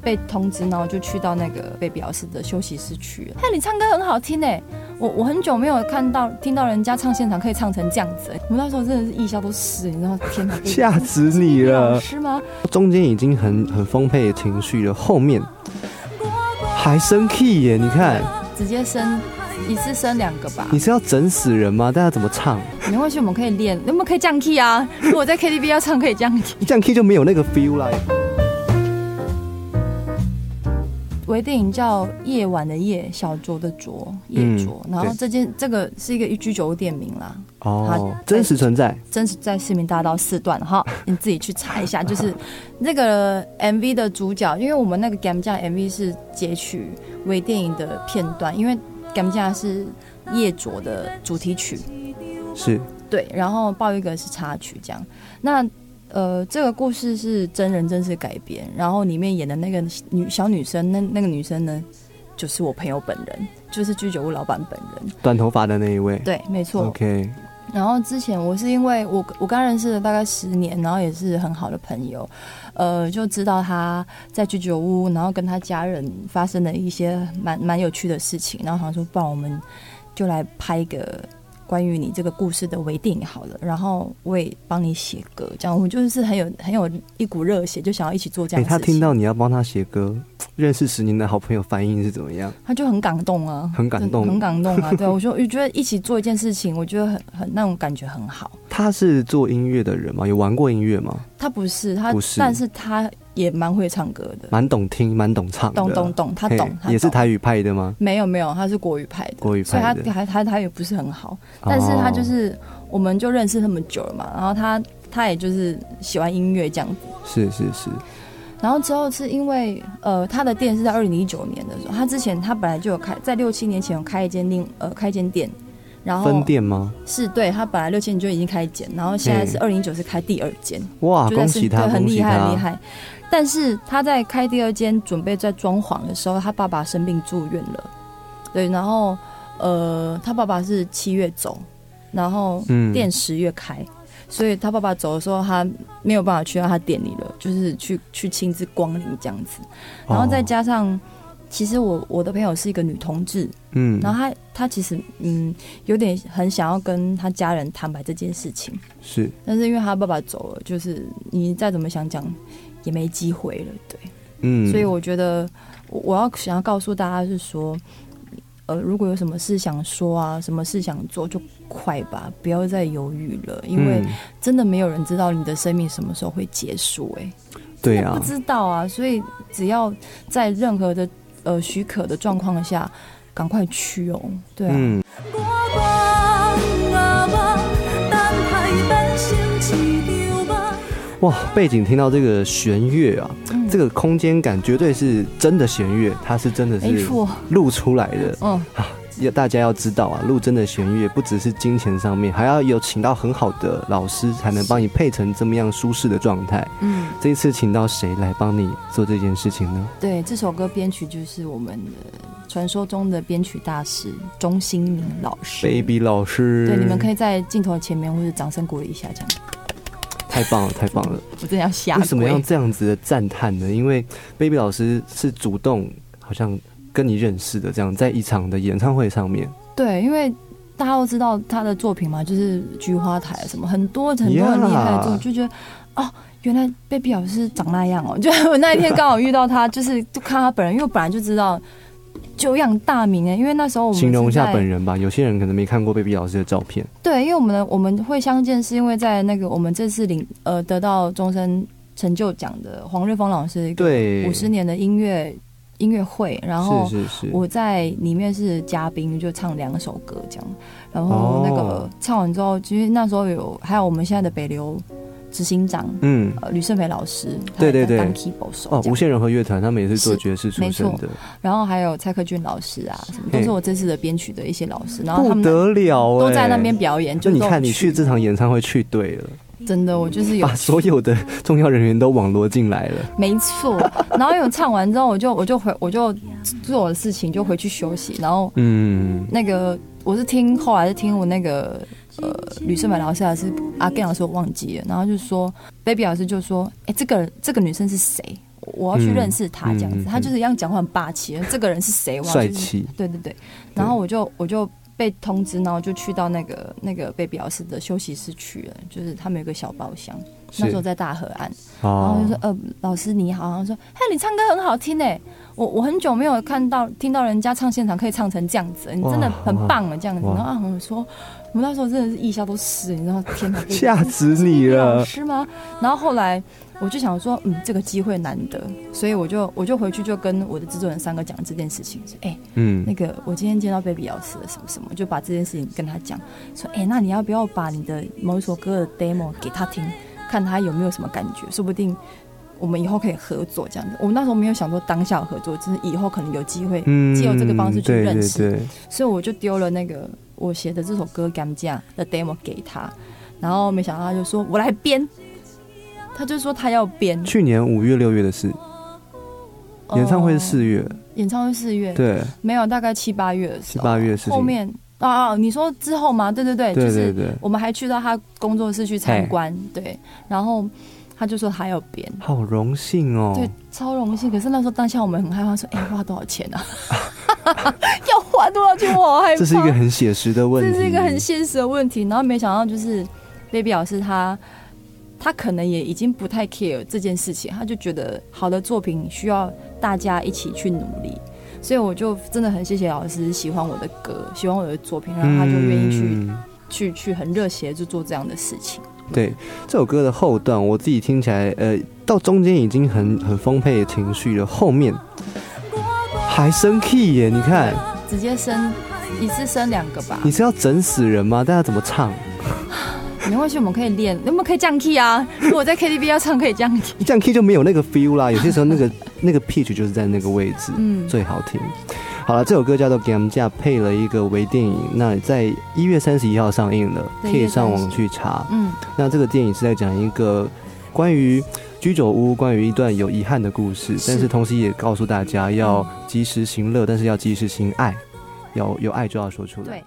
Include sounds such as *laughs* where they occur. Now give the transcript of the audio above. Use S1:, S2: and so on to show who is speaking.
S1: 被通知，然后就去到那个被表示的休息室去了。嘿，你唱歌很好听哎，我我很久没有看到听到人家唱现场可以唱成这样子欸，我们那时候真的是艺校都是，你知道天哪，
S2: 吓死你
S1: 老
S2: 了！
S1: 师吗？
S2: 中间已经很很丰沛的情绪了，后面还生气耶！你看，
S1: 直接升一次升两个吧。
S2: 你是要整死人吗？大家怎么唱？
S1: 没关系，我们可以练，我们可以降 key 啊。如果在 KTV 要唱，可以降 *laughs* key。
S2: 一这样 key 就没有那个 feel 啦。
S1: 微电影叫《夜晚的夜》，小酌的酌，夜酌。
S2: 嗯
S1: 然后
S2: 对
S1: 这间这个是一个居酒屋店名啦，
S2: 哦
S1: 好，
S2: 真实存在。
S1: 真是在市民大道四段哈，你自己去查一下。就是那个 MV 的主角，因为我们那个 Gam 酱 MV 是截取微电影的片段，因为 Gam 酱是夜酌的主题曲。
S2: 是
S1: 对，然后报一个是插曲这样。那呃，这个故事是真人真事改编，然后里面演的那个女小女生，那那个女生呢，就是我朋友本人，就是居酒屋老板本人。
S2: 短头发的那一位。
S1: 对，没错。
S2: OK，
S1: 然后之前我是因为我我刚认识了大概十年，然后也是很好的朋友，呃，就知道他在居酒屋，然后跟他家人发生了一些蛮蛮有趣的事情，然后想说，不然我们就来拍一个关于你这个故事的微电影好了，然后我也帮你写歌，这样我们就是很有 *laughs* 很有一股热血，就想要一起做这
S2: 哎、
S1: 样的
S2: 他
S1: 事情。
S2: 听到你要帮他写歌，认识十年的好朋友反应是怎么样？
S1: 他就很感动啊，
S2: 很感动
S1: 就很感动啊！对，我说，我觉得一起做一件事情，我觉得很很那种感觉很好。
S2: 他是做音乐的人吗？有玩过音乐吗？
S1: 他不是他，
S2: 不是
S1: 但是他也蛮会唱歌的，
S2: 蛮懂听，蛮懂唱的。
S1: 懂懂懂，他
S2: 嘿
S1: 懂，他
S2: 也是
S1: 懂。
S2: 台语派的吗？
S1: 没有没有，他是国语派的，
S2: 国语
S1: 所以他
S2: 派的。
S1: 他他他也不是很好，但是他就
S2: 哦、
S1: 是我们就认识那么久了嘛，然后他他也就是喜欢音乐这样子，
S2: 是是是，
S1: 然后之后是因为呃他的店是在二零一九年的时候，他之前他本来就有开，在六七年前有开一间另呃开一间店，然后
S2: 分店吗？
S1: 是对他本来六七年就已经开一间，然后现在是
S2: 嗯
S1: 二零一九是开第二间，
S2: 哇，
S1: 就在
S2: 啊恭
S1: 是
S2: 喜他，
S1: 对，很
S2: 恭喜
S1: 厉害，
S2: 他！
S1: 很厉害。但是他在开第二间，准备在装潢的时候，他爸爸生病住院了。对，然后呃，他爸爸是七月走，然后
S2: 嗯
S1: 店十月开，所以他爸爸走的时候，他没有办法去到他店里了，就是去去亲自光临这样子。然后再
S2: 哦，
S1: 加上，其实我我的朋友是一个女同志，
S2: 嗯，
S1: 然后她她其实嗯有点很想要跟她家人坦白这件事情。
S2: 是
S1: 但是因为他爸爸走了，就是你再怎么想讲也没机会了，对。
S2: 嗯，
S1: 所以我觉得我我要想要告诉大家是说，呃，如果有什么事想说啊，什么事想做，就快吧，不要再犹豫了，因为
S2: 嗯
S1: 真的没有人知道你的生命什么时候会结束、哎、
S2: 对
S1: 不
S2: 啊，
S1: 知道啊，所以只要在任何的呃许可的状况下，赶快去哦，对啊。
S2: 嗯，
S3: 我放啊放，等待变成一场梦。
S2: 哇，背景听到这个弦乐啊，
S1: 嗯
S2: 这个空间感绝对是真的弦乐，它是真的
S1: 没
S2: 是
S1: 错，
S2: 录出来的。
S1: 嗯，
S2: 要大家要知道啊，录真的弦乐不只是金钱上面，还要有请到很好的老师，才能帮你配成这么样舒适的状态。
S1: 嗯，
S2: 这一次请到谁来帮你做这件事情呢？
S1: 对，这首歌编曲就是我们的传说中的编曲大师钟兴明老师。
S2: baby 老师，
S1: 对，你们可
S2: 以，
S1: 以在镜头前面或者掌声鼓励一下，这样。
S2: 太棒了，太棒了！
S1: 我真的要吓
S2: 为什么
S1: 鬼
S2: 要这样子的赞叹呢？因为 baby 老师是主动，好像跟你认识的这样，在一场的演唱会上面，
S1: 对，因为大家都知道他的作品嘛，就是《菊花台》啊什么，很多很多很厉害的作品，
S2: Yeah
S1: 就觉得哦，原来 baby 老师长那样哦。就 *laughs* 我那一天刚好遇到他，就是就看他本人，因为我本来就知道久仰大名哎，因为那时候我们
S2: 形容一
S1: 是
S2: 下
S1: 在
S2: 本人吧。有些人可能没看过 baby 老师的照片，
S1: 对，因为我们的我们会相见，是因为在那个我们这次领呃得到终身成就奖的黄瑞峰老师一个
S2: 对，
S1: 五十年的音乐音乐会，然后
S2: 是是是，
S1: 我在里面是嘉宾，就唱两首歌这样。然后那个
S2: 哦
S1: 唱完之后，其实那时候有还有我们现在的北流执行长
S2: 嗯。
S1: 呃吕胜培老师，他
S2: 对对
S1: 也在
S2: 对
S1: 当 keyboard 手
S2: 哦，
S1: 这样
S2: 无限人和乐团他们也是做
S1: 是
S2: 爵士出
S1: 没
S2: 身
S1: 错
S2: 的，
S1: 然后还有蔡克俊老师啊，什么都
S2: 嘿
S1: 是我这次的编曲的一些老师，然后他
S2: 不
S1: 们
S2: 得了哎、
S1: 都在那边。表演，
S2: 就你
S1: 都有
S2: 看，你去啊这场演唱会去对了，
S1: 真的我就是有
S2: 把所有的重要人员都网罗进来了。
S1: 没错，然后有唱完之后，我就我就回我就做我的事情，就回去休息。然后
S2: 嗯，
S1: 那个我是听后来是听我那个呃吕胜美老师还是阿 Gan 老师我忘记了，然后就说 Baby 老师就说，哎、这个这个女生是谁？我要去认识他
S2: 嗯
S1: 这样子。
S2: 嗯
S1: 他就是一样讲话很霸气，哎这个人是谁？我要
S2: 帅
S1: 去
S2: 气，
S1: 对对对，然后我就我就被通知，然后就去到那个那个贝比老师的休息室去了，就是他们有个小包厢，那时候在大河岸，然后就说
S2: 哦，
S1: 呃老师你好，然后说嘿你唱歌很好听诶，我我很久没有看到听到人家唱现场可以唱成这样子，你真的
S2: 哇
S1: 很棒啊这样子，
S2: 哇
S1: 然后啊我说我那时候真的是腋下都湿，你知道天哪，被
S2: *laughs* 吓死你
S1: 哎老
S2: 了，
S1: 师吗？然后后来我就想说，嗯，这个机会难得，所以我就我就回去就跟我的制作人三个讲这件事情，说，哎、
S2: 嗯
S1: 那，个我今天见到 Baby 老师了什么什么，就把这件事情跟他讲，说，哎、那你要不要把你的某一首歌的 demo 给他听，看他有没有什么感觉，说不定我们以后可以合作这样子。我们那时候没有想说当下有合作，就是以后可能有机会，
S2: 嗯，
S1: 借由这个方式去
S2: 对
S1: 认
S2: 对
S1: 识
S2: 对
S1: 所以我就丢了那个我写的这首歌《干架》的 demo 给他，然后没想到他就说我来编，他就说他要编
S2: 去年五月、六月的事，演唱会是
S1: 呃
S2: 四月，
S1: 演唱会四月，
S2: 对，
S1: 没有大概七八月的时候，
S2: 七八月的事情
S1: 后面啊啊，你说之后吗？对对对，
S2: 对
S1: 就
S2: 对
S1: 是
S2: 对，
S1: 我们还去到他工作室去参观，对，然后他就说他要编。
S2: 好荣幸哦，
S1: 对，超荣幸。可是那时候当下我们很害怕，说：“哎、花多少钱啊？ *laughs* 要花多少钱？我好害怕。”
S2: 这是一个很写实的问题，
S1: 这是一个很现实的问题。然后没想到就是 baby 老师他，他可能也已经不太 care 这件事情，他就觉得好的作品需要大家一起去努力。所以我就真的很谢谢老师喜欢我的歌，喜欢我的作品，然后他就愿意去、
S2: 嗯
S1: 去去很热血地去做这样的事情。
S2: 对这首歌的后段，我自己听起来，呃，到中间已经很很丰沛的情绪了，后面还升 key 耶！你看，
S1: 直接升一次升两个吧
S2: 你，是要整死人吗？大家怎么唱？
S1: 没关系，我们可以练，我们可以降 key 啊。如果在 KTV 要唱，可以降 key。
S2: 一降 key 就没有那个 feel 啦。有些时候那
S1: *laughs*
S2: 个那个 pitch 就是在那个位置，
S1: 嗯
S2: 最好听。好了，这首歌叫做《Game 价》，配了一个微电影，那在一月三十一号上映了，可
S1: 对
S2: 以上网
S1: 1月30
S2: 去查。
S1: 嗯，
S2: 那这个电影是在讲一个关于居酒屋、关于一段有遗憾的故事，
S1: 是嗯
S2: 但是同时也告诉大家要及时行乐，但是要及时行爱，要有爱就要说出来。
S1: 对。